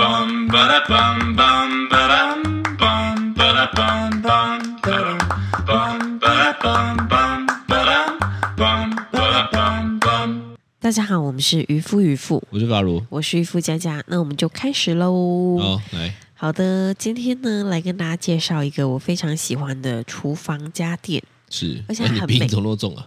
bum ba da bum bum ba dum bum ba da bum bum ba dum bum ba da bum bum ba dum bum ba da bum bum. 大家好，我们是渔夫渔妇，我是法如。我是渔夫佳佳，那我们就开始喽。哦，来，好的，今天呢来跟大家介绍一个我非常喜欢的厨房家电。是，而且哎你很鼻美音怎么那么重啊？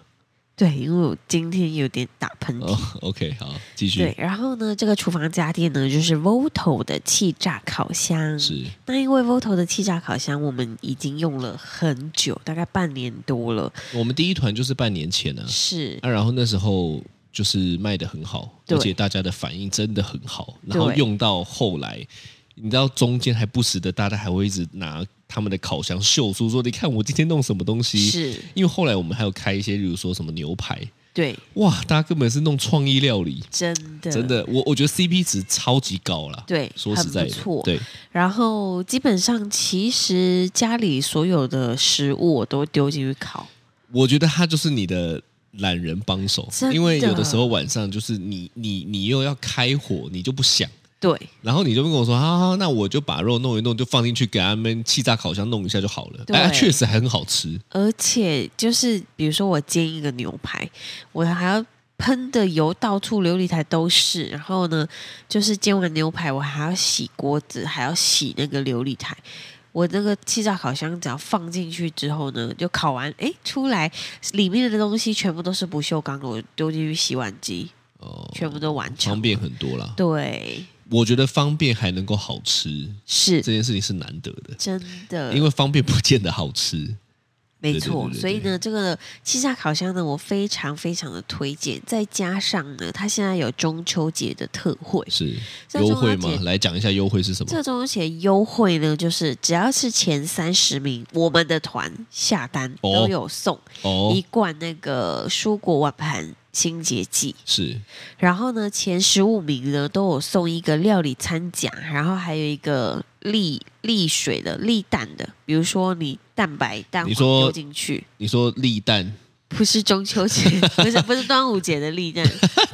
对，因为我今天有点打喷嚏。哦，OK，好，继对续，，然后呢，这个厨房家电呢就是 Volto 的气炸烤箱。是，那因为 Volto 的气炸烤箱，我们已经用了很久，大概半年多了。我们第一团就是半年前啊，是，啊，然后那时候就是卖的很好，对而且大家的反应真的很好，然后对用到后来，你知道中间还不时的大家还会一直拿他们的烤箱秀出说，你看我今天弄什么东西。是，因为后来我们还有开一些，例如说什么牛排，对，哇，大家根本是弄创意料理，真的，真。的，我我觉得 CP 值超级高啦。对说实在很不错的，对，然后基本上，其实家里所有的食物我都丢进去烤。我觉得他就是你的懒人帮手真，的因为有的时候晚上就是你你你又要开火，你就不想，对，然后你就跟我说，好好，好那我就把肉弄一弄，就放进去给他们气炸烤箱弄一下就好了。对哎，确实还很好吃，而且就是比如说我煎一个牛排，我还要喷的油到处琉璃台都是，然后呢，就是煎完牛排我还要洗锅子，还要洗那个琉璃台。我那个气炸烤箱只要放进去之后呢，就烤完，诶，出来里面的东西全部都是不锈钢的，我丢进去洗碗机，哦，全部都完成。方便很多啦。对，我觉得方便还能够好吃，是这件事情是难得的，真的，因为方便不见得好吃。没对对错，对对所以呢，这个气炸烤箱呢，我非常非常的推荐。再加上呢，它现在有中秋节的特惠，是在中优秋惠吗节？来讲一下优惠是什这么？个中秋节优惠呢，就是只要是前三十名，我们的团下单哦都有送哦一，罐那个蔬果碗盘清洁剂，是然后呢，前十五名呢都有送一个料理餐夹，然后还有一个沥沥水的沥蛋的，比如说你蛋白蛋黄你说丢进去。你说立蛋， 不是中秋节，不是不是端午节的 立蛋，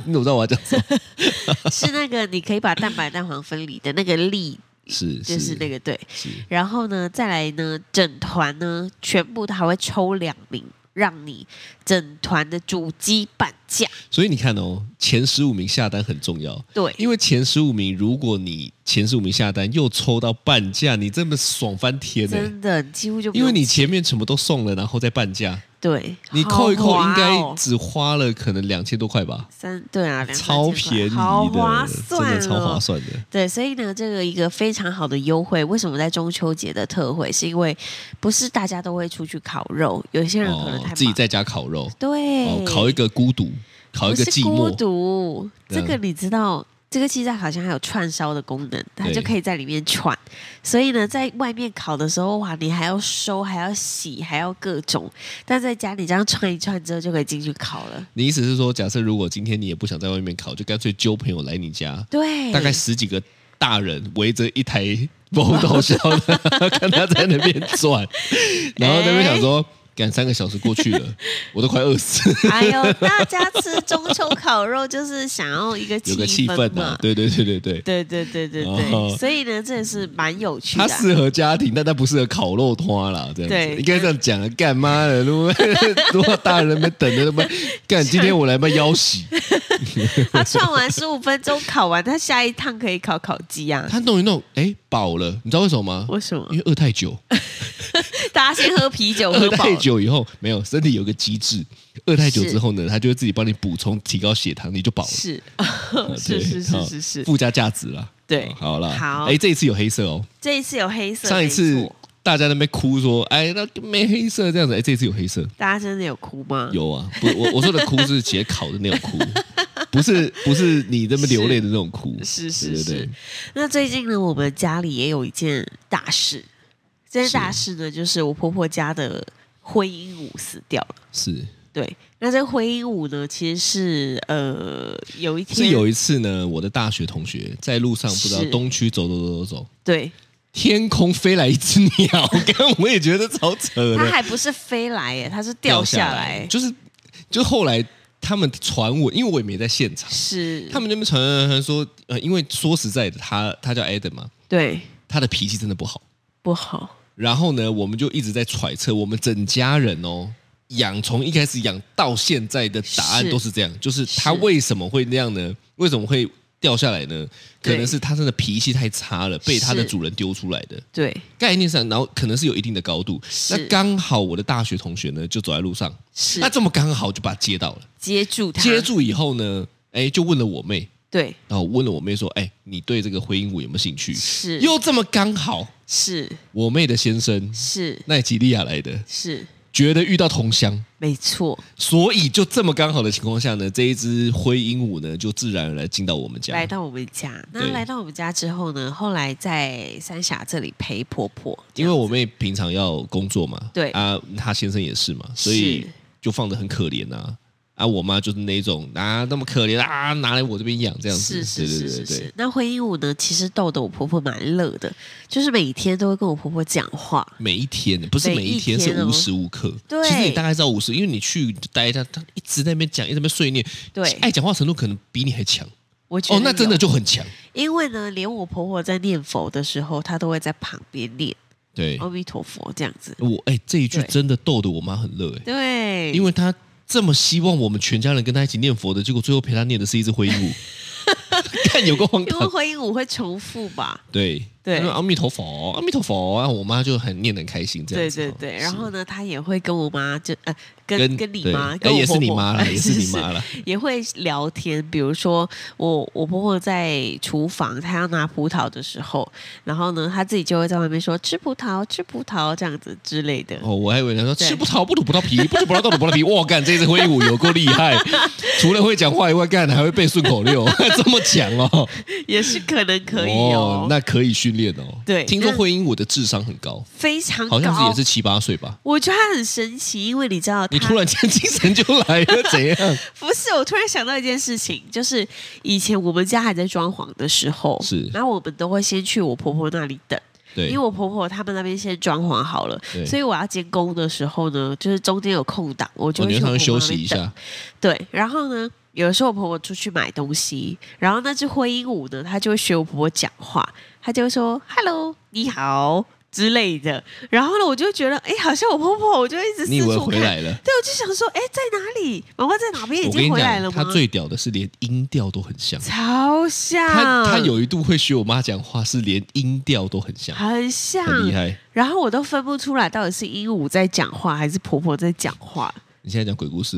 你怎么知道我要讲什么？是那个你可以把蛋白蛋黄分离的那个立，是就是那个对。是然后呢，再来呢，整团呢全部他会抽两名，让你整团的主机半价。所以你看哦，前十五名下单很重要，对，因为前十五名，如果你前十五名下单又抽到半价，你这么爽翻天欸呢、真的几乎就不因用为你前面全部都送了，然后再半价，对，你扣一扣好应划哦该只花了可能两千多块吧，三对啊，两超三千块便宜的，好划真算的超哦划算的。对，所以呢，这个一个非常好的优惠，为什么在中秋节的特惠？是因为不是大家都会出去烤肉，有些人可能太忙、哦自己在家烤肉，对、哦，烤一个孤独，烤一个不是寂孤寞，独，这嗯个你知道。这个气炸烤箱还有串烧的功能，它对就可以在里面串。所以呢，在外面烤的时候，哇，你还要收，还要洗，还要各种。但在家里这样串一串之后，就可以进去烤了。你意思是说，假设如果今天你也不想在外面烤，就干脆揪朋友来你家，对，大概十几个大人围着一台某头小 的，看他在那边转，然后在那边想 说，赶三个小时过去了，我都快饿死，哎呦，大家吃中秋烤肉就是想要一个 有个气氛氛嘛啊，，对对对对对，对对对对对，哦所以呢，这也是蛮有趣的它啊。适合家庭，但它不适合烤肉团啦，这样对子应该这样讲啊，干妈的，如 果如果大人们等着他们干，啊今天我来们要洗，他串完十五分钟烤完，他下一趟可以烤烤鸡啊。他弄一弄，哎，饱了，你知道为什么吗？为什么因？为饿太久，大家先喝啤 酒，喝饿饱太了。久以后没有身体有个机制，饿太久是之后呢，它就会自己帮你补充提高血糖，你就饱了。是啊是对是是好是是，附加价值啦。对好啦，好哎，这一次有黑色哦，这一次有黑色，上一没次错大家在那边哭说，哎，那没黑色这样子，哎，这一次有黑色，大家真的有哭吗？有啊，不，我我说的哭是解烤的那种哭，不是不是你这么流泪的那种哭，是对是对是对。，那最近呢，我们家里也有一件大事，这件是大事呢，就是我婆婆家的婚姻舞死掉了。是对，那这婚姻舞呢，其实是呃有一天是有一次呢，我的大学同学在路上不知道是东区走走走走走。对，天空飞来一只鸟， 刚我也觉得超扯它的，还不是飞来耶，它是掉下来，就是就后来他们传我，因为我也没在现场，是他们那边传传传说，呃，因为说实在的，他他叫 Adam 嘛，对，他的脾气真的不好。不好，然后呢，我们就一直在揣测，我们整家人哦，养从一开始养到现在的答案是都是这样，就是他是为什么会那样呢？为什么会掉下来呢？可对能是他真的脾气太差了，被他的是主人丢出来的。对，概念上，然后可能是有一定的高度。是那刚好我的大学同学呢，就走在路上，是那这么刚好就把他接到了。接住他，接，住以后呢，哎，就问了我妹，对，然后问了我妹说，哎，你对这个灰鹦鹉有没有兴趣？是，又这么刚好，是我妹的先生是奈及利亚来的，是，觉得遇到同乡，没错，所以就这么刚好的情况下呢，这一只灰鹦鹉呢，就自然而然进到我们家来。到我们家。那对来到我们家之后呢，后来在三峡这里陪婆婆，这因为样我妹平常要工作嘛，对啊，她先生也是嘛，所以是就放的很可怜啊。啊，我妈就是那种啊，那么可怜啊，拿来我这边养这样子，是是是对对是对对，是。那灰鹦鹉呢，其实逗得我婆婆蛮乐的，就是每天都会跟我婆婆讲话。每一天不是每每一一天，天是哦无时无刻。对其实你大概知道无时，因为你去待她，她一直在那边讲，一直在那边碎念，对爱讲话程度可能比你还强我觉得哦，那真的有，就很强。因为呢，连我婆婆在念佛的时候，她都会在旁边念对，阿弥陀佛这样子。我哎、这一句哦对真的逗得我妈很乐哎、对，因为她这么希望我们全家人跟她一起念佛的，结果最后陪她念的是一只灰鹦 鹉，看有个荒因为唐。灰鹦鹉会重复吧？对对她说阿弥陀佛，阿弥陀佛啊！我妈就很念得很开心这样对子。对哦对，是然后呢，她也会跟我妈就呃跟跟跟你妈，对哎跟我也是你婆婆妈 啦，也是你。是妈啦。也会聊天，比如说我我婆婆在厨房，她要拿葡萄的时候，然后呢，她自己就会在外面说吃葡萄，吃葡萄这样子之类的。哦，我还以为她说对吃葡萄不吐葡萄皮，不吐葡萄倒吐葡萄皮。哇，干这只灰鹦鹉有够厉害，除了会讲话以外，干还会背顺口溜， 这么强哦。也是可能可以哦，那可以训练哦。对听说那灰鹦鹉的智商很高，非常高。好像是也是七八岁吧。我觉得她很神奇，因为你知道她，你突然间精神就来了，怎 样？不是，我突然想到一件事情，就是以前我们家还在装潢的时候，是然后我们都会先去我婆婆那里等。对，因为我婆婆他们那边先装潢好了对，所以我要监工的时候呢，就是中间有空档，我就我会觉去得我哦稍微休婆婆那息边一等。下，对，然后呢，有的时候我婆婆出去买东西，然后那只灰鹦鹉呢，它就会学我婆婆讲话，它就会说 “hello，你好”之类的。然后呢，我就会觉得，哎，好像我婆婆，我就一直你以四为处回看。来了？对，我就想说，哎，在哪里？妈妈在哪边？已我跟经你回来讲，了他吗？最屌的是连音调都很像。超像，他他有一度会学我妈讲话，是连音调都很像，很像，很厉害。然后我都分不出来到底是鹦鹉在讲话还是婆婆在讲话，你现在讲鬼 故事，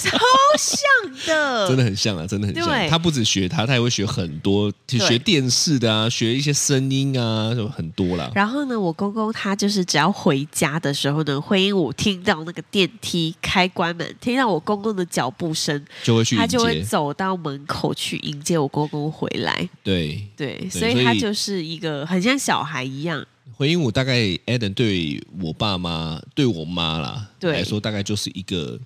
超像的，真的很像啊，真的很像。对他不止学他，他也会学很多，就对学电视的啊，学一些声音啊，什么很多啦。然后呢，我公公他就是只要回家的时候呢，灰鹦鹉听到那个电梯开关门，听到我公公的脚步声，就会去他迎就会接。走到门口去迎接我公公回来。对，对，所所以以他就是一个很像小孩一样。回应我大概 Adam 对我爸妈、对我妈啦对来说，大概就是一个，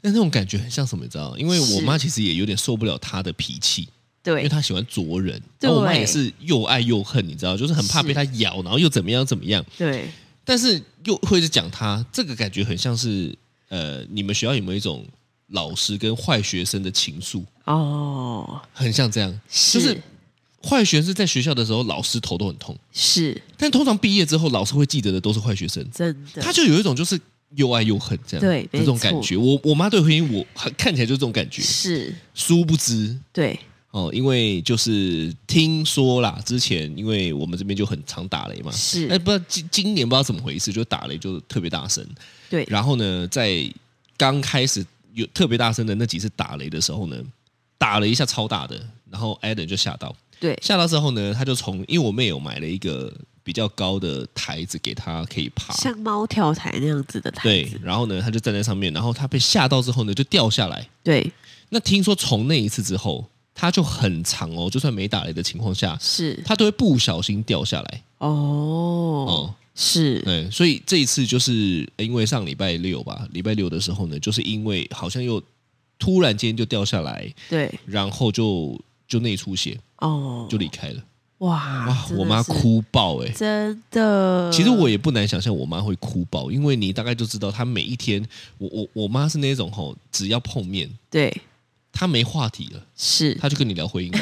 但那种感觉很像什么，你知道吗？因为我是妈其实也有点受不了她的脾气，因为对，她喜欢啄人。对然后我妈也是又爱又恨，你知道，就是很怕被她咬，然后又怎么样怎么样，对，但是又会是讲她这个感觉很像是呃，你们学校有没有一种老师跟坏学生的情愫，哦，很像这样，是就是坏学生在学校的时候，老师头都很痛，是但通常毕业之后，老师会记得的都是坏学生。真的，他就有一种就是又爱又恨这样，对这种没错感觉。我我妈对婚姻，我很看起来就这种感觉，是殊不知对哦，因为就是听说啦，之前因为我们这边就很常打雷嘛，哎，是，不知道今今年不知道怎么回事，就打雷就特别大声。对然后呢，在刚开始有特别大声的那几次打雷的时候呢，打了一下超大的，然后 Adam 就吓到，对吓到之后呢，他就从因为我妹有买了一个比较高的台子给他可以爬，像猫跳台那样子的台对子，，然后呢，他就站在上面，然后他被吓到之后呢，就掉下来。对，那听说从那一次之后，他就很长哦，就算没打雷的情况下，是他都会不小心掉下来哦，哦。是对，所以这一次就是呃因为上礼拜六吧，礼拜六的时候呢，就是因为好像又突然间就掉下来，对然后就就内出血，哦，就离开了。哇啊，，真的我妈是，呃哭爆哎、欸真的。其实我也不难想象我妈会哭爆，因为你大概就知道她每一天，我我我妈是那种吼，只要碰面对他没话题了，是他就跟你聊回 应。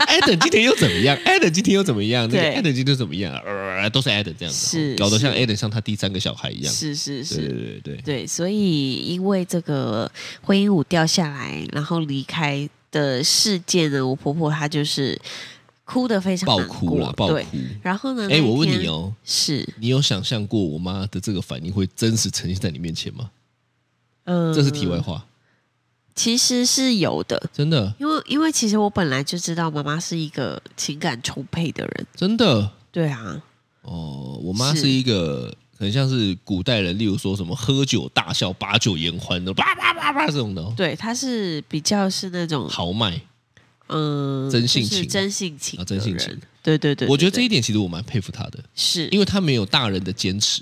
艾登今天又怎么样？艾登今天又怎么样？那个对艾登今天又怎么样？呃，都是艾登这样子是哦，搞得像是艾登像他第三个小孩一样。是是对是，对对对，对，所以因为这个婚姻舞掉下来，然后离开的事件呢，我婆婆她就是哭的非常爆难哭过了，爆对，哭。然后呢，哎，我问你哦，哦，是，你有想象过我妈的这个反应会真实呈现在你面前吗？嗯，这是题外，话，其实是有的。真的，因为，因为其实我本来就知道妈妈是一个情感充沛的人，真的。对啊，哦，我妈是是一个很像是古代人，例如说什么喝酒大笑、把酒言欢的，叭叭叭叭这种的、哦，对，她是比较是那种豪迈嗯，真性就是情真性情啊的人，真性情对对对，我觉得这对一点其实我蛮佩服她的，是因为为她没有大人的坚持。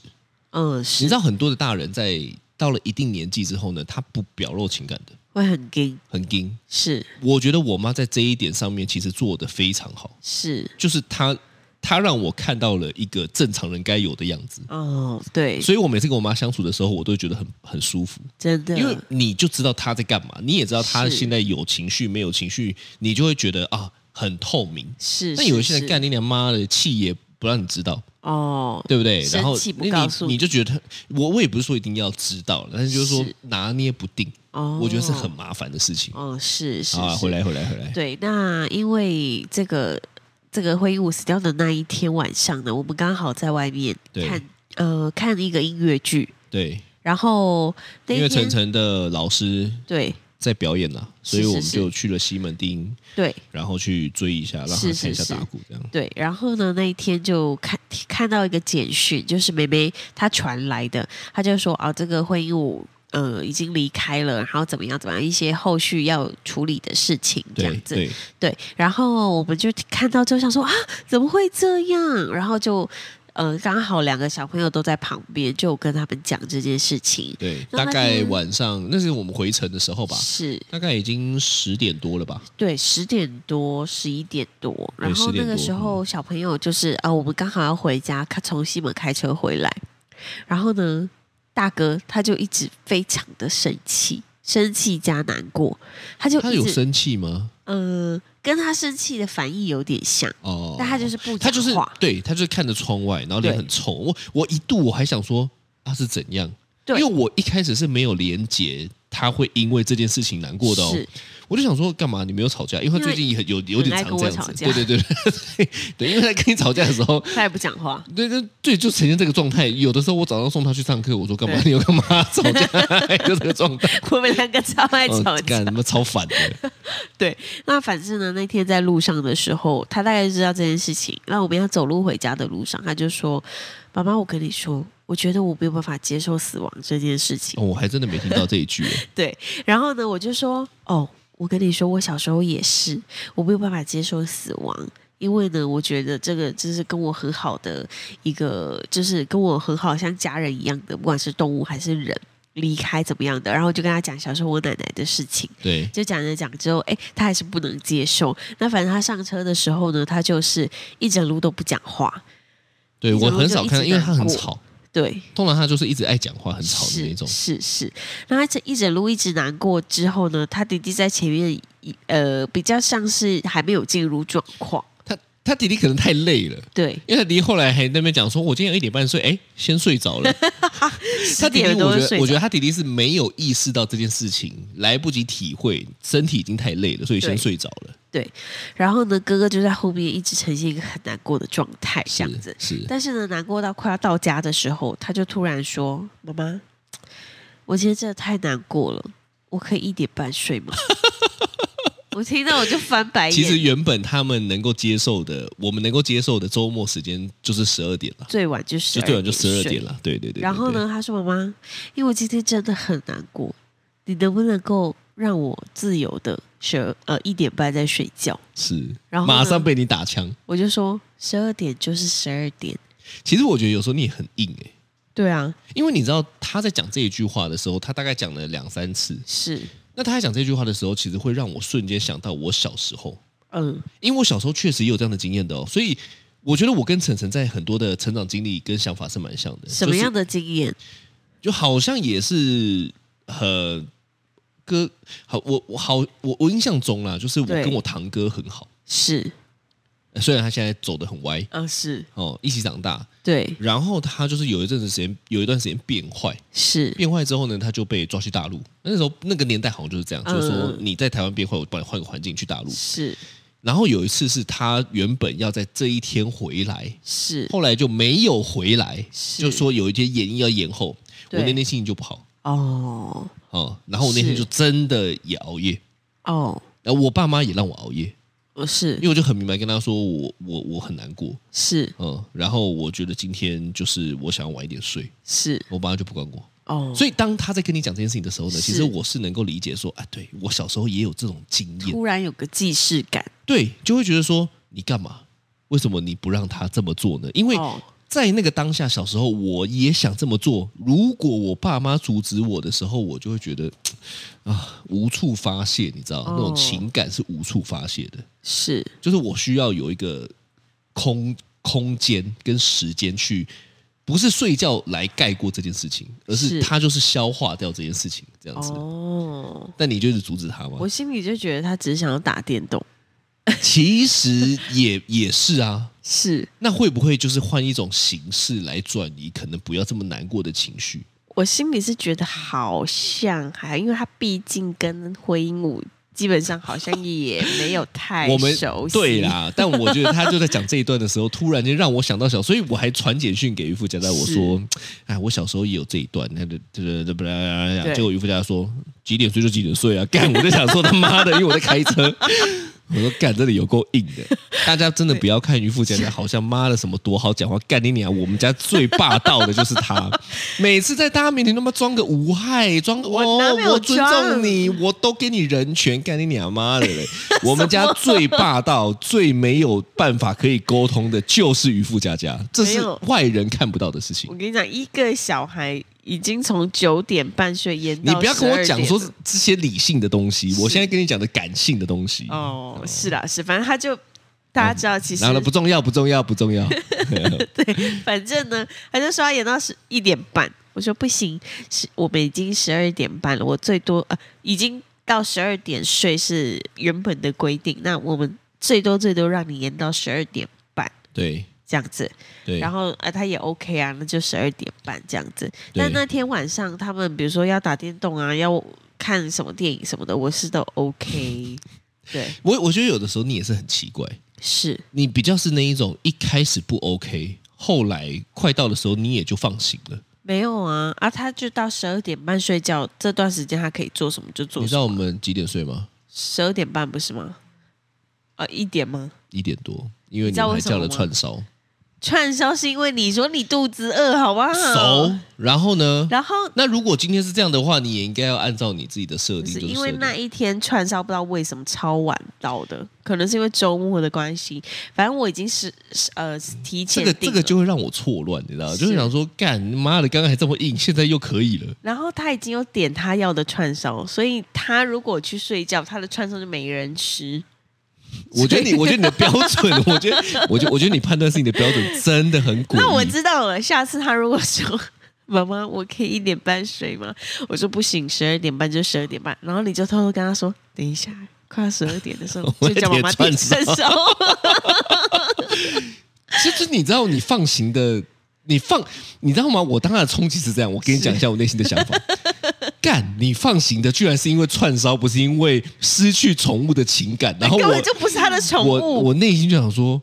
嗯，你是知道，很多的大人在到了一定年纪之后呢，他不表露情感的，会很硬，很硬。是我觉得我妈在这一点上面其实做的非常好，是就是她她让我看到了一个正常人该有的样子。哦，对，所以，我每次跟我妈相处的时候，我都会觉得很很舒服。真的，因为你就知道他在干嘛，你也知道他嗯是现在有情绪没有情绪，你就会觉得啊很透明。是但有一些是人是干你娘妈的气也不让你知道，哦，对不对？生然后气不你告诉你你就觉得他我我也不是说一定要知道，但是就是说是拿捏不定，哦，我觉得是很麻烦的事情。哦，是是好啊，是回来回来回来，对，那因为这个这个灰舞死掉的那一天晚上呢，我们刚好在外面对看呃看一个音乐剧，对，然后那因为一晨天晨的老师对在表演呐，是所以我们是是就去了西门町，对然后去追一下，让他是看一下是是打鼓这样。对，然后呢，那一天就看看到一个简讯，就是梅梅她传来的，她就说啊，这个婚姻舞呃已经离开了，然后怎么样怎么样，一些后续要处理的事情这对样子。对，对然后我们就看到就想说啊，怎么会这样？然后就呃刚好两个小朋友都在旁边，就跟他们讲这件事情。对，那大那概天晚上那是我们回程的时候吧，是大概已经十点多了吧？对，十点多、十一点多，然10后那点个多嗯时候小朋友就是啊、我们刚好要回家，他从西门开车回来，然后呢，大哥他就一直非常的生气，生气加难过，他就他一有直生气吗？呃，跟他生气的反应有点像，哦，但他就是不他讲就是话，对他就是看着窗外，然后脸对很臭。我我一度我还想说他是怎样，因对为我一开始是没有连结他会因为这件事情难过的哦。是我就想说干嘛？你没有吵架？因为他因最为近也很有有点常这样子，很对爱对对对 对，因为他跟你吵架的时 候。他也不讲话，对对对，就呈现这个状态。有的时候我早上送他去上课，我说干嘛？你又干嘛吵架？ 就这个状态，我们两个超爱哦吵架干。他妈超烦的。对，那反正呢，那天在路上的时候，他大概就知道这件事情。那我们要走路回家的路上，他就说：“妈妈，我跟你说，我觉得我没有办法接受死亡这件事情。哦我还真的没听到这一句。哎对，然后呢，我就说：“哦，我跟你说，我小时候也是，我没有办法接受死亡。”因为呢，我觉得这个就是跟我很好的一个，就是跟我很好像家人一样的，不管是动物还是人离开怎么样的。然后我就跟他讲小时候我奶奶的事情。对，就讲着讲之后，哎，他还是不能接受。那反正他上车的时候呢，他就是一整路都不讲话，对一直我很就少一看到，直因为难他很过吵，对，通常他就是一直爱讲话，很吵的那是种。是是。那他这一整路一直难过之后呢，他弟弟在前面，呃，比较像是还没有进入状况，他他弟弟可能太累了。对，因为他弟弟后来还在那边讲说，我今天有一点半睡，哎，先睡着 了。他十弟弟，点多我就觉得，睡我觉得着。他弟弟是没有意识到这件事情，来不及体会，身体已经太累了，所以先对睡着了。然后呢，哥哥就在后面一直呈现一个很难过的状态，这样子是。是，但是呢，难过到快要到家的时候，他就突然说：“妈妈，我今天真的太难过了，我可以一点半睡吗？” 我听到我就翻白眼。其实原本他们能够接受的，我们能够接受的周末时间就是十二点了，最晚就十就最晚就十二点睡。了。对对对。对然后？呢，他说：“妈妈，因为我今天真的很难过，你能不能够让我自由的十呃一点半再睡觉对是，然后呢马上被你打枪。？”我就说：“十二点就是十二点。其实我觉得有时候你也很硬哎、”对啊，因为你知道他在讲这一句话的时候，他大概讲了两三次。是，那他在讲这句话的时候，其实会让我瞬间想到我小时候，嗯，因为我小时候确实也有这样的经验的哦。所以我觉得我跟晨晨在很多的成长经历跟想法是蛮像的。什么样的？的经验？就好像也是很呃哥好，我我好我我印象中啦，就是我对跟我堂哥很好，是，呃虽然他现在走的很歪嗯、是，哦，一起长大。对，然后他就是有一阵子时间，有一段时间变坏，是，变坏之后呢，他就被抓去大陆。那时候那个年代好像就是这样，就是说嗯你在台湾变坏，我帮你换个环境去大陆。是，然后有一次是他原本要在这一天回来，是，后来就没有回来，是就说有一些演绎要延后。我对那天心情就不好哦，哦，然后我那天是就真的也熬夜，哦，然后我爸妈也让我熬夜，呃因是，为我就很明白跟他说我我我很难过，是，嗯，然后我觉得今天就是我想要晚一点睡，是，我爸妈就不管我。哦，所以当他在跟你讲这件事情的时候呢，是其实我是能够理解说，啊，对我小时候也有这种经验，突然有个既视感，对，就会觉得说你干嘛？为什么你不让他这么做呢？因为哦，在那个当下，小时候我也想这么做。如果我爸妈阻止我的时候，我就会觉得啊，无处发泄，你知道，哦那种情感是无处发泄的，是，就是我需要有一个空空间跟时间去，不是睡觉来盖过这件事情，而是是它就是消化掉这件事情这样子。哦，但你就是阻止他吗我？心里就觉得他只是想要打电动，其实也也是啊。是那会不会就是换一种形式来转移，可能不要这么难过的情绪？我心里是觉得好像还，因为他毕竟跟回音舞基本上好像 也没有太我们熟悉，对，啦，但我觉得他就在讲这一段的时候，突然间让我想到小，所以我还传简讯给渔夫家家，我说，哎，我小时候也有这一段，那个这个这不啦啦啦啦，对结果渔夫家家说几点睡就几点睡啊， 干，我在想说他妈的，因为我在开车。 我说干，真的有够硬的！大家真的不要看渔夫家家，好像妈的什么多好讲话，干你娘！我们家最霸道的就是他，每次在大家面前他妈装个无害，装个我哦哪，有我尊重装你，哎我都给你人权，干你娘妈的 嘞！我们家最霸道、最没有办法可以沟通的就是渔夫家家，这没是有外人看不到的事我情。跟你讲，一个小孩已经从九点半睡延到你不要跟我12讲点说了这些理性的东西，我现在跟你讲的感性的东西。嗯哦，是啦，是，反正他就大家知道，其实、然后呢，哦不重要，不重要，不重要。 反正呢，他就说他演到十一点半，我说不行，是我们已经十二点半了，我最多呃已经到十二点睡是原本的规定，那我们最多最多让你延到十二点半对这样子，对，然后呃他也 OK 啊，那就十二点半这样子。但那天晚上他们比如说要打电动啊，要看什么电影什么的，我是都 OK，对，我我觉得有的时候你也是很奇怪，是你比较是那一种一开始不 OK，后来快到的时候你也就放行了。没有啊啊，他就到十二点半睡觉，这段时间他可以做什么就做你什知么。道我们几点睡吗？十二点半不是吗？呃，一点吗？一点多，因为你你知道们还为什么叫了吗串烧串烧是因为你说你肚子饿，好不好？熟，然后呢？然后那如果今天是这样的话，你也应该要按照你自己的设就定，是就是因为设定那一天串烧不知道为什么超晚到的，可能是因为周末的关系。反正我已经是是呃提这前个订这个了就会让我错乱，你知道吗？是就是想说，干妈的，刚刚还这么硬，现在又可以了。然后他已经有点他要的串烧，所以他如果去睡觉，他的串烧就没人吃。我觉得你，我觉得你的标准， 我觉得，我觉得，我觉得你判断事情的标准真的很诡异。那我知道了，下次他如果说“妈妈，我可以一点半睡吗？”我说不行，十二点半就十二点半。然后你就偷偷跟他说：“等一下，快要十二点的时候 我就叫妈妈点订串串烧烧。 就是你知道，你放行的，你放，你知道吗？我当下的冲击是这样，我跟你讲一下我内心的 想法。干，你放行的居然是因为串烧，不是因为失去宠物的情感，然”后根我本就不是他的宠我物。我内心就想说，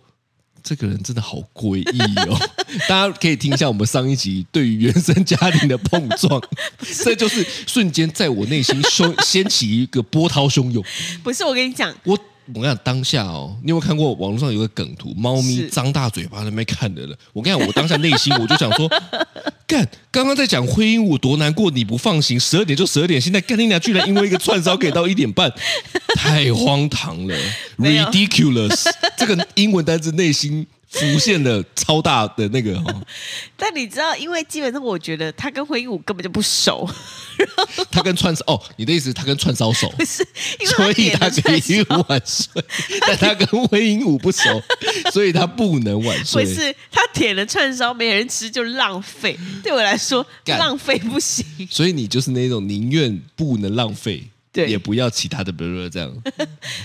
这个人真的好诡异哦！ 大家可以听一下我们上一集对于原生家庭的碰 撞，这就是瞬间在我内心汹掀起一个波涛汹涌。不是我跟你讲，我我跟你讲，当下哦，你有没有看过网络上有个梗图，猫咪是张大嘴巴在那边看的了？我跟你讲，我当下内心我就想说， 干，刚刚在讲婚姻我多难过，你不放行，十二点就十二点，现在干你俩居然因为一个串烧可以到一点 半，太荒唐了没有，ridiculous！这个英文单字内心浮现了超大的那个、 哦，但你知道，因为基本上我觉得他跟婚姻舞根本就不熟， 他跟串烧哦，你的意思他跟串烧熟，不是 因为所以点他的可串以烧。晚睡，但他跟婚姻舞不熟，所以他不能晚不睡。是他点了串烧没人吃就浪费，对我来说干浪费不行。所以你就是那种宁愿不能浪费，对也不要其他的，不不 这样，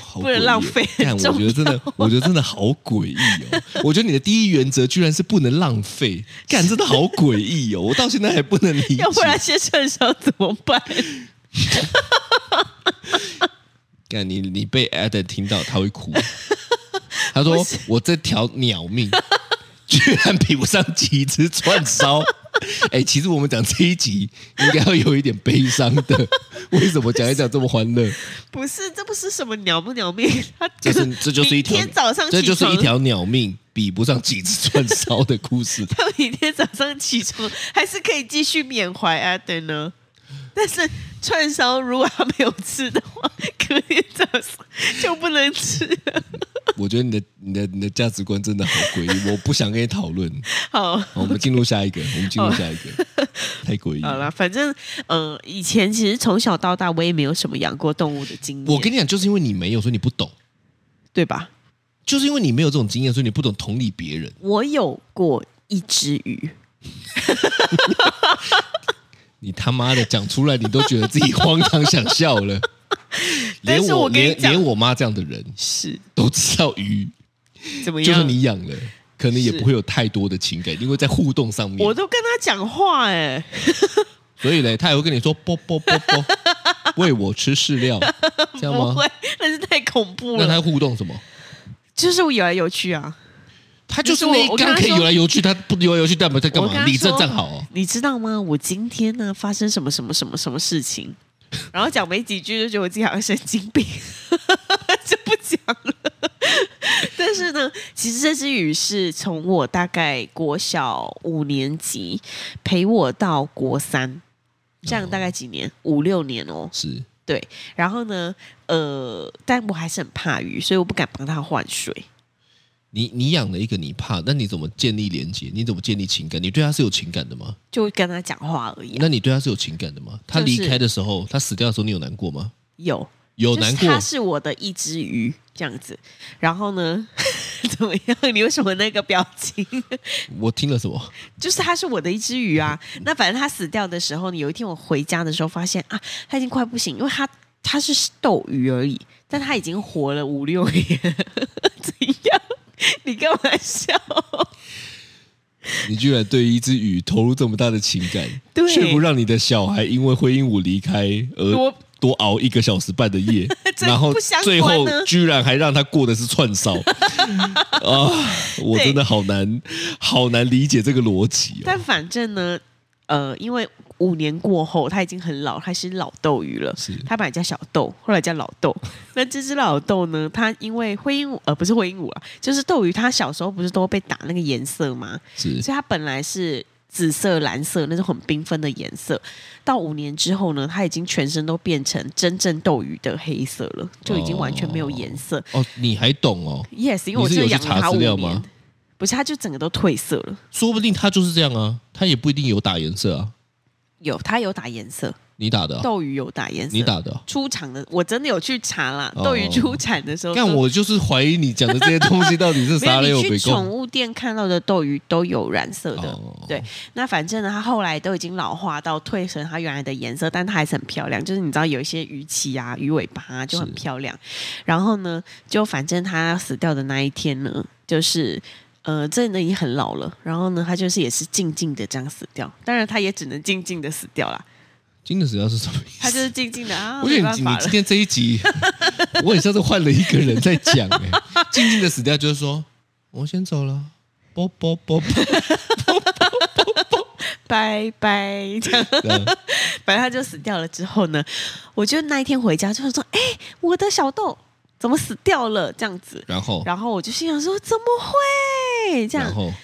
好不能诡异浪费但很重我觉得真的，我觉得真的好诡异哦。 我觉得你的第一原则居然是不能浪费，干真的好诡异哦。我到现在还不能理解。 要不然先生的时候怎么办？干你你被 Adam 听到他会 哭，他说我这条鸟命 居然比不上几只串烧。 哎、其实我们讲这一集应该要有一点悲伤的，为什么讲一讲这么欢乐？不是，这不是什么鸟不鸟 命，他这是这就是一条明天早上起这床，就是一 条鸟命比不上几只串烧的故事。 他明天早上起床还是可以继续缅怀阿登呢。但是串烧如果他没有吃的话，隔天早上就不能吃 了。我觉得你的你的你的价值观真的好诡异，我不想跟你讨论。好，好，我们进入下一个，我们进入下一个，太诡异哦好了。啦，反正嗯、呃以前其实从小到大我也没有什么养过动物的经验，我跟你讲，就是因为你没有，所以你不懂。对吧？就是因为你没有这种经验，所以你不懂同理别人。我有过一只鱼，你他妈的讲出来，你都觉得自己荒唐想笑了。连但是我跟你连讲连我妈这样的人是都知道鱼，怎么就样？算你养了，可能也是不会有太多的情感，因为在互动上面我。都跟他讲话哎、所以嘞，他也会跟你说啵啵啵啵，喂我吃饲料， 这样不吗？会，那是太恐怖那他了。互动什么？就是我有来有去啊，他就就是是我那一我跟缸他可以说游来游去，他不游来游去，代表在干我嘛？跟他理正说正好哦。你知道吗？我今天呢发生什么什么什么什么事情，然后讲没几句就觉得我自己好像神经病， 就不讲了。但是呢，其实这只鱼是从我大概国小五年级陪我到国三，这样大概几年？五六年哦。是，对，然后呢，呃，但我还是很怕鱼，所以我不敢帮它换水。你你养了一个你怕，那你怎么建立连接？你怎么建立情感？你对他是有情感的吗？就跟他讲话而已啊、那你对他是有情感的吗？他就是离开的时候，他死掉的时候，你有难过吗？有有就难是过它，是我的一只鱼这样子。然后呢， 怎么样？你为什么那个表情？我听了什么？就是它是我的一只鱼啊。那反正它死掉的时候，你有一天我回家的时候发现啊，它已经快不行，因为它它是斗鱼而已，但它已经活了五六年， 怎样？你干嘛笑？你居然对一只鱼投入这么大的情感，对却不让你的小孩因为灰鹦鹉离开而多多熬一个小时半的夜， 这然后不相关最呢后居然还让他过的是串 烧啊！我对真的好难好难理解这个逻辑哦。但反正呢，呃，因为五年过后，它已经很老，它是老斗鱼了。是它本来叫小豆，后来叫老 豆。那这只老豆呢，它因为灰鹦鹉，呃，不是灰鹦鹉啊，就是斗鱼，它小时候不是都被打那个颜色吗？是所以它本来是。紫色、蓝色那种很缤纷的颜色，到五年之后呢，它已经全身都变成真正斗鱼的黑色了，就已经完全没有颜色。哦，你还懂哦？ yes，因为我你就有是去养了查它资五料年吗，不是，它就整个都褪色了。说不定他就是这样啊，他也不一定有打颜色啊。有，它有打颜色，你打的啊、斗鱼有打颜色，你打的啊、出厂的，我真的有去查啦。哦斗鱼出产的时候，但我就是怀疑你讲的这些东西到底是啥没嘞？有我你去没宠空。物店看到的斗鱼都有染色的。哦对，那反正呢，它后来都已经老化到褪成它原来的颜色，但它还是很漂亮。就是你知道有一些鱼鳍啊、鱼尾巴、啊、就很是漂亮。然后呢，就反正它死掉的那一天呢，就是。呃，真的已经很老了，然后呢，它就是也是静静的这样死掉。当然，它也只能静静的死掉啦，金的死掉是什么意思？它就是静静的啊， 我没觉得办你法你了今。天这一 集，我很像是换了一个人在讲哎、静静的死掉就是说，我先走了，啵啵啵啵， 拜拜，这样，嗯反正他就死掉了。之后呢，我就那一天回家就是说，哎、我的小豆怎么死掉了？这样子，然后然后我就心想说，怎么会这样？然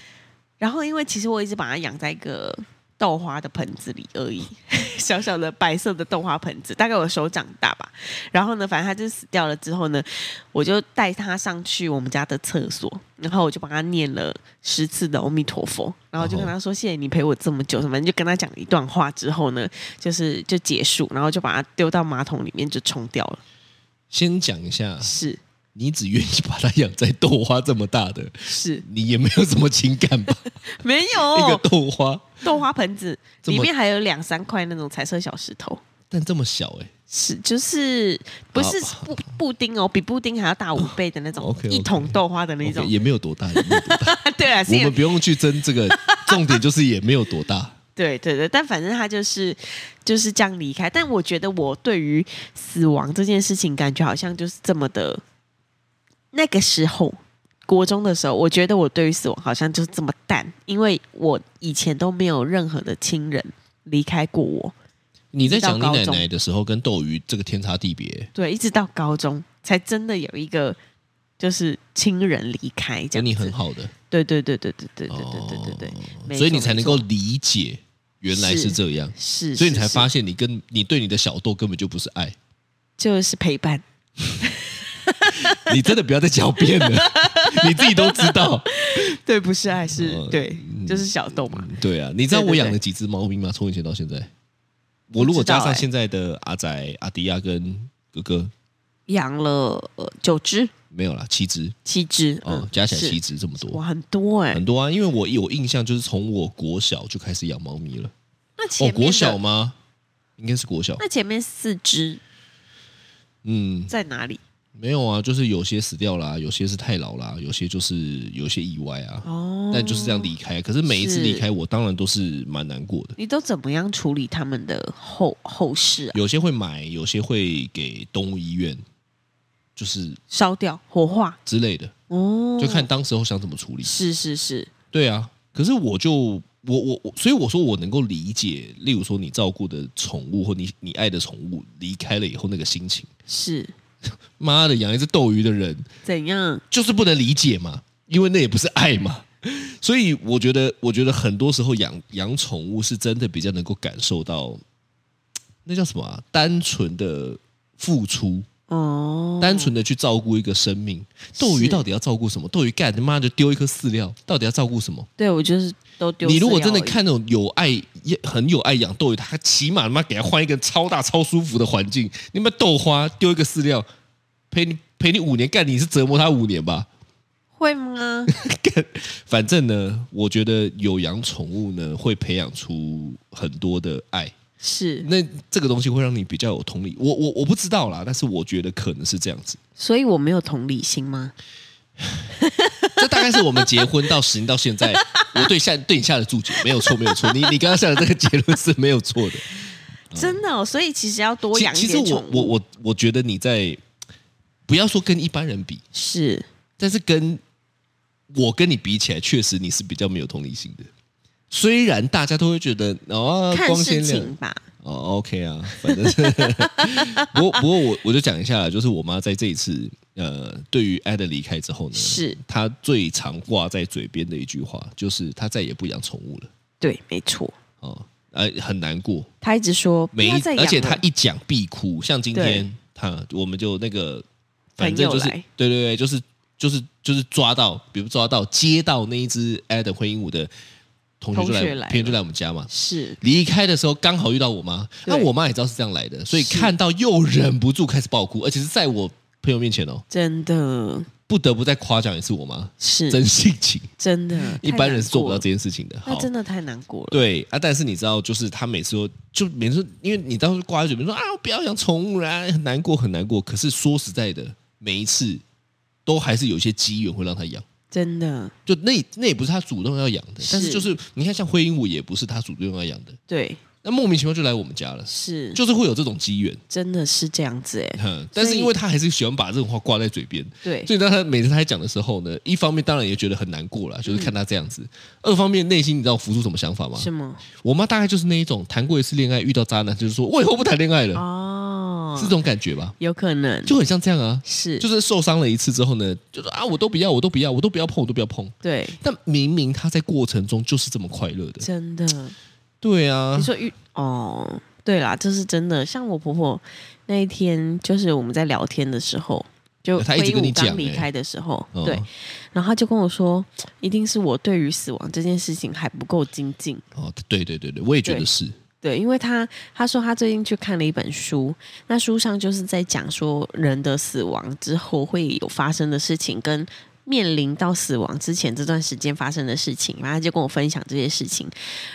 然后，后因为其实我一直把它养在一个豆花的盆子里而已， 小小的白色的豆花盆子，大概我手掌大吧。然后呢，反正它就死掉了之后呢，我就带它上去我们家的厕所，然后我就帮它念了十次的阿弥陀佛，然后就跟他说谢谢你陪我这么久，什么就跟他讲了一段话之后呢，就是就结束，然后就把它丢到马桶里面就冲掉了。先讲一下，是你只愿意把它养在豆花这么大的，是，你也没有什么情感吧？没一个有豆花，豆花盆子这么里面还有两三块那种彩色小石头，但这么小哎、是就是不是好哦布布丁哦，比布丁还要大五倍的那种， OK，OK 一桶豆花的那 OK，种。也没有多大，也没有 多大对啊，是我有们不用去争这 个，重点就是也没有多大。对对对，但反正他就是就是这样离开。但我觉得我对于死亡这件事情，感觉好像就是这么的。那个时候，国中的时候，我觉得我对于死亡好像就是这么淡，因为我以前都没有任何的亲人离开过我，你在讲你直到高奶中奶的时候，跟斗鱼这个天差地别。对，一直到高中才真的有一个就是亲人离开，这跟样你子很好的，对对对对对对对对对对对，没哦所以你错才没能错够理解原来是这样，是，所以你是才是发现你跟你对你的小豆根本就不是爱，就是陪伴。你真的不要再狡辩 了，你自己都知道。 对，不是爱是、哦对，就是小豆嘛。对啊，你知道对对我养对了几只猫咪吗？从以前到现在，我如果加不知道上哎现在的阿仔、阿迪亚跟哥哥，养了、呃、九只、没有啦，七只七只，哦，嗯，加起来是七只这么多哇，，很多哎、很多啊。因为我有印象，就是从我国小就开始养猫咪了。那前哦，面的国小吗？应该是国小。那前面四只嗯，在哪里？没有啊，就是有些死掉啦，有些是太老啦，有些就是有些意外啊。哦，但就是这样离开，啊可是每一次是离开，我当然都是蛮难过的。你都怎么样处理他们的后后事啊？有些会买，有些会给动物医院，就是烧掉、火化？之类的，哦，就看当时候想怎么处理。是是是，对啊，可是我就我我我，所以我说我能够理解，例如说你照顾的宠物或你你爱的宠物离开了以后那个心情。是妈的，养一只斗鱼的人怎样？就是不能理解嘛，因为那也不是爱嘛。 所以我觉得，我觉得很多时候养养宠物是真的比较能够感受到，那叫什么啊？单纯的付出，哦，单纯的去照顾一个生命。斗鱼是到底要照顾什么？斗鱼干他妈就丢一颗饲料，到底要照顾什么？对我就是都丢饲料而已。你如果真的看那种有爱、也很有爱养斗鱼，他起码他妈给他换一个超大、超舒服的环境。你们豆花丢一个饲料，陪你陪你五年，干你是折磨他五年吧？会吗？ 反正呢，我觉得有养宠物呢，会培养出很多的爱。是，那这个东西会让你比较有同理。我我我不知道啦，但是我觉得可能是这样子。所以我没有同理心吗？这大概是我们结婚到十年到现在，我对下对你下的注解没有错，没有错。你 你刚刚下的这个结论是没有错的。真的、哦，所以其实要多养嗯其一其实点我宠物。我我我觉得你在不要说跟一般人比，是但是跟我跟你比起来，确实你是比较没有同理心的。虽然大家都会觉得哦，看光鲜事亮情吧，哦，OK 啊，反正 是不过不过我我就讲一下啦，就是我妈在这一次呃，对于爱的离开之后呢，是她最常挂在嘴边的一句话，就是她再也不养宠物了对，没错。哦，呃，很难过，他一直说不每要一再养了，而且他一讲必哭，像今对天他我们就那个，反正就是朋友来对对对，就是就是就是抓到，比如抓到接到那一只 Adam 灰鹦鹉的同学就来，同学来了朋友就来我们家嘛。是离开的时候刚好遇到我妈，那、对我妈也知道是这样来的，所以是看到又忍不住开始爆哭，而且是在我朋友面前哦，真的不得不再夸奖一次我妈，是真性情，真的， 一般人是做不到太这件事情的。难过了，好那，真的太难过了。对啊，但是你知道，就是他每次都就每次，因为你当时挂在嘴边说啊，我不要养宠物啦，很难过，很难过。可是说实在的，每一次都还是有一些机缘会让他养。真的就那那也不是他主动要养的，但是是就是你看，像灰鹦鹉也不是他主动要养的，对，那莫名其妙就来我们家了，是就是会有这种机缘。真的是这样子哎，哼，但是因为他还是喜欢把这种话挂在嘴边，对所以当他每次他在讲的时候呢，一方面当然也觉得很难嗯过了，就是看他这样子；二方面内心你知道浮出什么想法吗？是吗？我妈大概就是那一种，谈过一次恋爱遇到渣男，就是说我以后不谈恋爱了，哦是这，种感觉吧？有可能就很像这样啊，是就是受伤了一次之后呢，就是啊，我都不要，我都不要，我都不要碰，我都不要碰。对，但明明她在过程中就是这么快乐的，真的。对啊你，说遇哦，对啦，这是真的。像我婆婆那一天，就是我们在聊天的时候，就她一直挥跟你舞讲刚离欸开的时候，哦对，然后她就跟我说，一定是我对于死亡这件事情还不够精进。哦，对对对对，我也觉得是，对，因为他他说他最近去看了一本书，那书上就是在讲说人的死亡之后会有发生的事情跟面临到死亡之前这段时间发生的事情，然后他就跟我分享这些事情，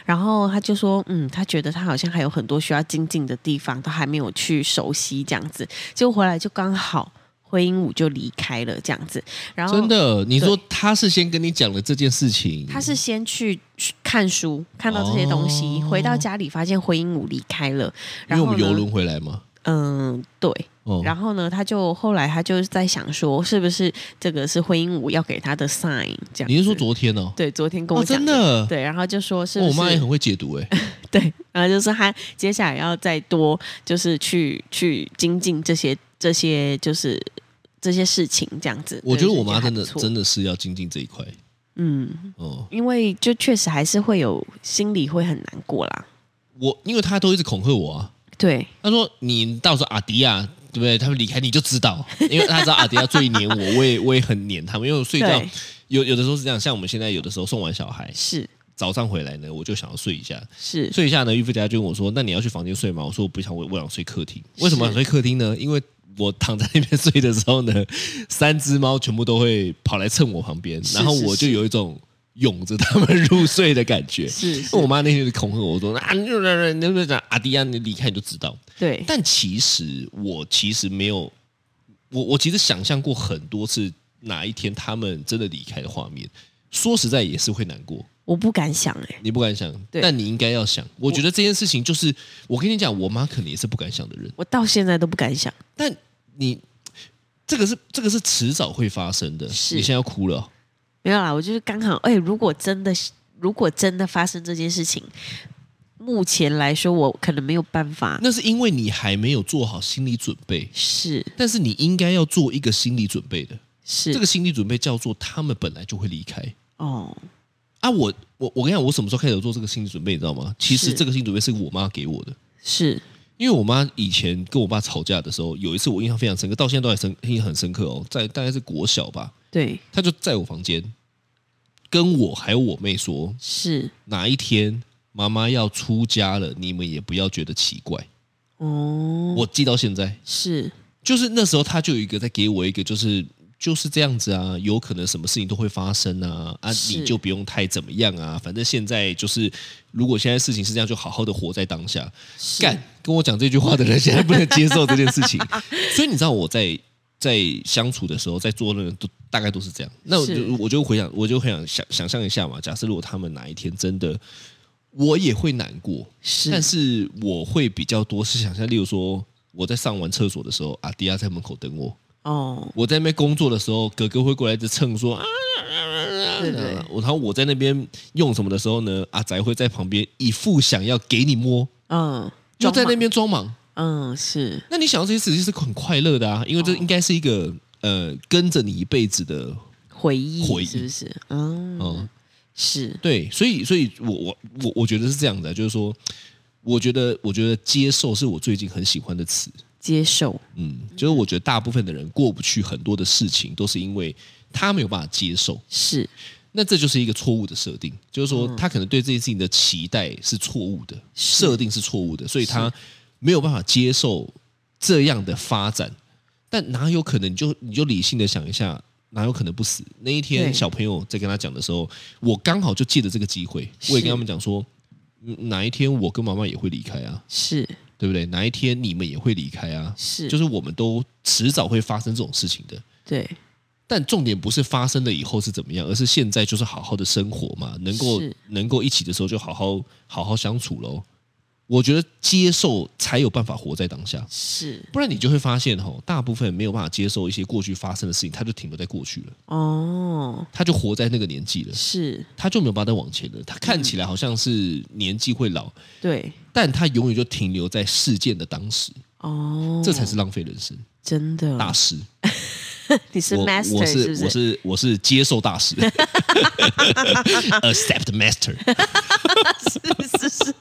然后他就说，嗯，他觉得他好像还有很多需要精进的地方，他还没有去熟悉这样子，结果回来就刚好灰鹦鹉就离开了这样子，然后真的，你说他是先跟你讲了这件事情，他是先去看书，看到这些东西，哦回到家里发现灰鹦鹉离开了，因然为后我们呢游轮回来嘛，嗯，对，哦，然后呢，他就后来他就是在想说，是不是这个是灰鹦鹉要给他的 sign？这样子，你是说昨天哦？对昨天跟哦，我讲真的，对，然后就说是哦不我是、妈也很会解 读哎，对，然后就是他接下来要再多就是去去精进这些这些就是这些事情这样子。我觉得我妈对真的真的的是要精进这一块嗯，哦。因为就确实还是会有心里会很难过啦。我因为她都一直恐吓我啊，对，她说你到时候阿迪亚对不对？他们离开你就知道，因为她知道阿迪亚最黏我，我也我也很黏他们，因为我睡觉对有有的时候是这样，像我们现在有的时候送完小孩是早上回来呢，我就想要睡一下，是，睡一下呢，玉夫家就问我说：“那你要去房间睡吗？”我说：“我不想，我我想睡客厅。为什么想睡客厅呢？因为我躺在那边睡的时候呢，三只猫全部都会跑来蹭我旁边，是然后我就有一种拥着它们入睡的感觉。是是我妈那天就恐吓我说：“啊，你就你就你就讲阿迪亚，你离开你就知道。”对，但其实我其实没有，我我其实想象过很多次哪一天他们真的离开的画面。说实在也是会难过，我不敢想哎、你不敢想，对但你应该要想。我觉得这件事情就是，我跟你讲，我妈可能也是不敢想的人，我到现在都不敢想。但你这个是这个是迟早会发生的。是你现在要哭了哦，没有啦，我就是刚好，哎、如果真的，如果真的发生这件事情，目前来说，我可能没有办法。那是因为你还没有做好心理准备，是但是你应该要做一个心理准备的。是，这个心理准备叫做他们本来就会离开哦，啊！我我我跟你讲，我什么时候开始有做这个心理准备，你知道吗？其实是这个心理准备是我妈给我的。是因为我妈以前跟我爸吵架的时候，有一次我印象非常深刻，到现在都还深印象很深刻哦，在大概是国小吧，对，他就在我房间跟我还有我妹说，是哪一天妈妈要出家了，你们也不要觉得奇怪。哦，我记到现在，是就是那时候他就有一个在给我一个就是。就是这样子啊，有可能什么事情都会发生啊啊！是你就不用太怎么样啊，反正现在就是，如果现在事情是这样，就好好的活在当下。是干，跟我讲这句话的人现在不能接受这件 事情，所以你知道我在在相处的时候，在做的人都大概都是这样。那我是就我就回想，我就很想想想象一下嘛，假设如果他们哪一天真的，我也会难过，是，但是我会比较多是想象，例如说我在上完厕所的时候，阿迪亚在门口等我，哦，我在那边工作的时候，哥哥会过来一直蹭说啊。对对我然后我在那边用什么的时候呢？阿宅会在旁边一副想要给你摸，嗯，就在那装边装忙。忙，嗯，是那你想到这些事情是很快乐的啊，因为这应该是一个、呃跟着你一辈子的，回忆，回忆是不是？嗯，嗯，是对，所以所以我我我我觉得是这样的啊、就是说，我觉得我觉得接受是我最近很喜欢的词，接受，嗯，就是我觉得大部分的人过不去很多的事情，都是因为他没有办法接受，是那这就是一个错误的设定，就是说他可能对这件事情的期待是错误的，嗯是设定是错误的，所以他没有办法接受这样的发展。但哪有可能？你就你就理性的想一下，哪有可能不死？那一对天小朋友在跟他讲的时候，我刚好就借着这个机会，是我也跟他们讲说，嗯哪一天我跟妈妈也会离开啊，是对不对？哪一天你们也会离开啊，是，就是是我们都迟早会发生这种事情的。对，但重点不是发生了以后是怎么样，而是现在就是好好的生活嘛，能够是能够一起的时候就好好好好相处喽。我觉得接受才有办法活在当下，是不然你就会发现吼、大部分人没有办法接受一些过去发生的事情，他就停留在过去了，哦，他就活在那个年纪了，是嗯他就没有办法再往前了。他看起来好像是年纪会老，对，但他永远就停留在事件的当时，哦，这才是浪费人生。真的大师，你是我 master 我是不我是我是接受大 师 ，accept master。是是是，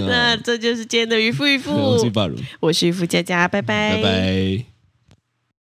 嗯那这就是今天的渔夫渔夫，我是巴如，我是渔夫佳佳，拜拜拜。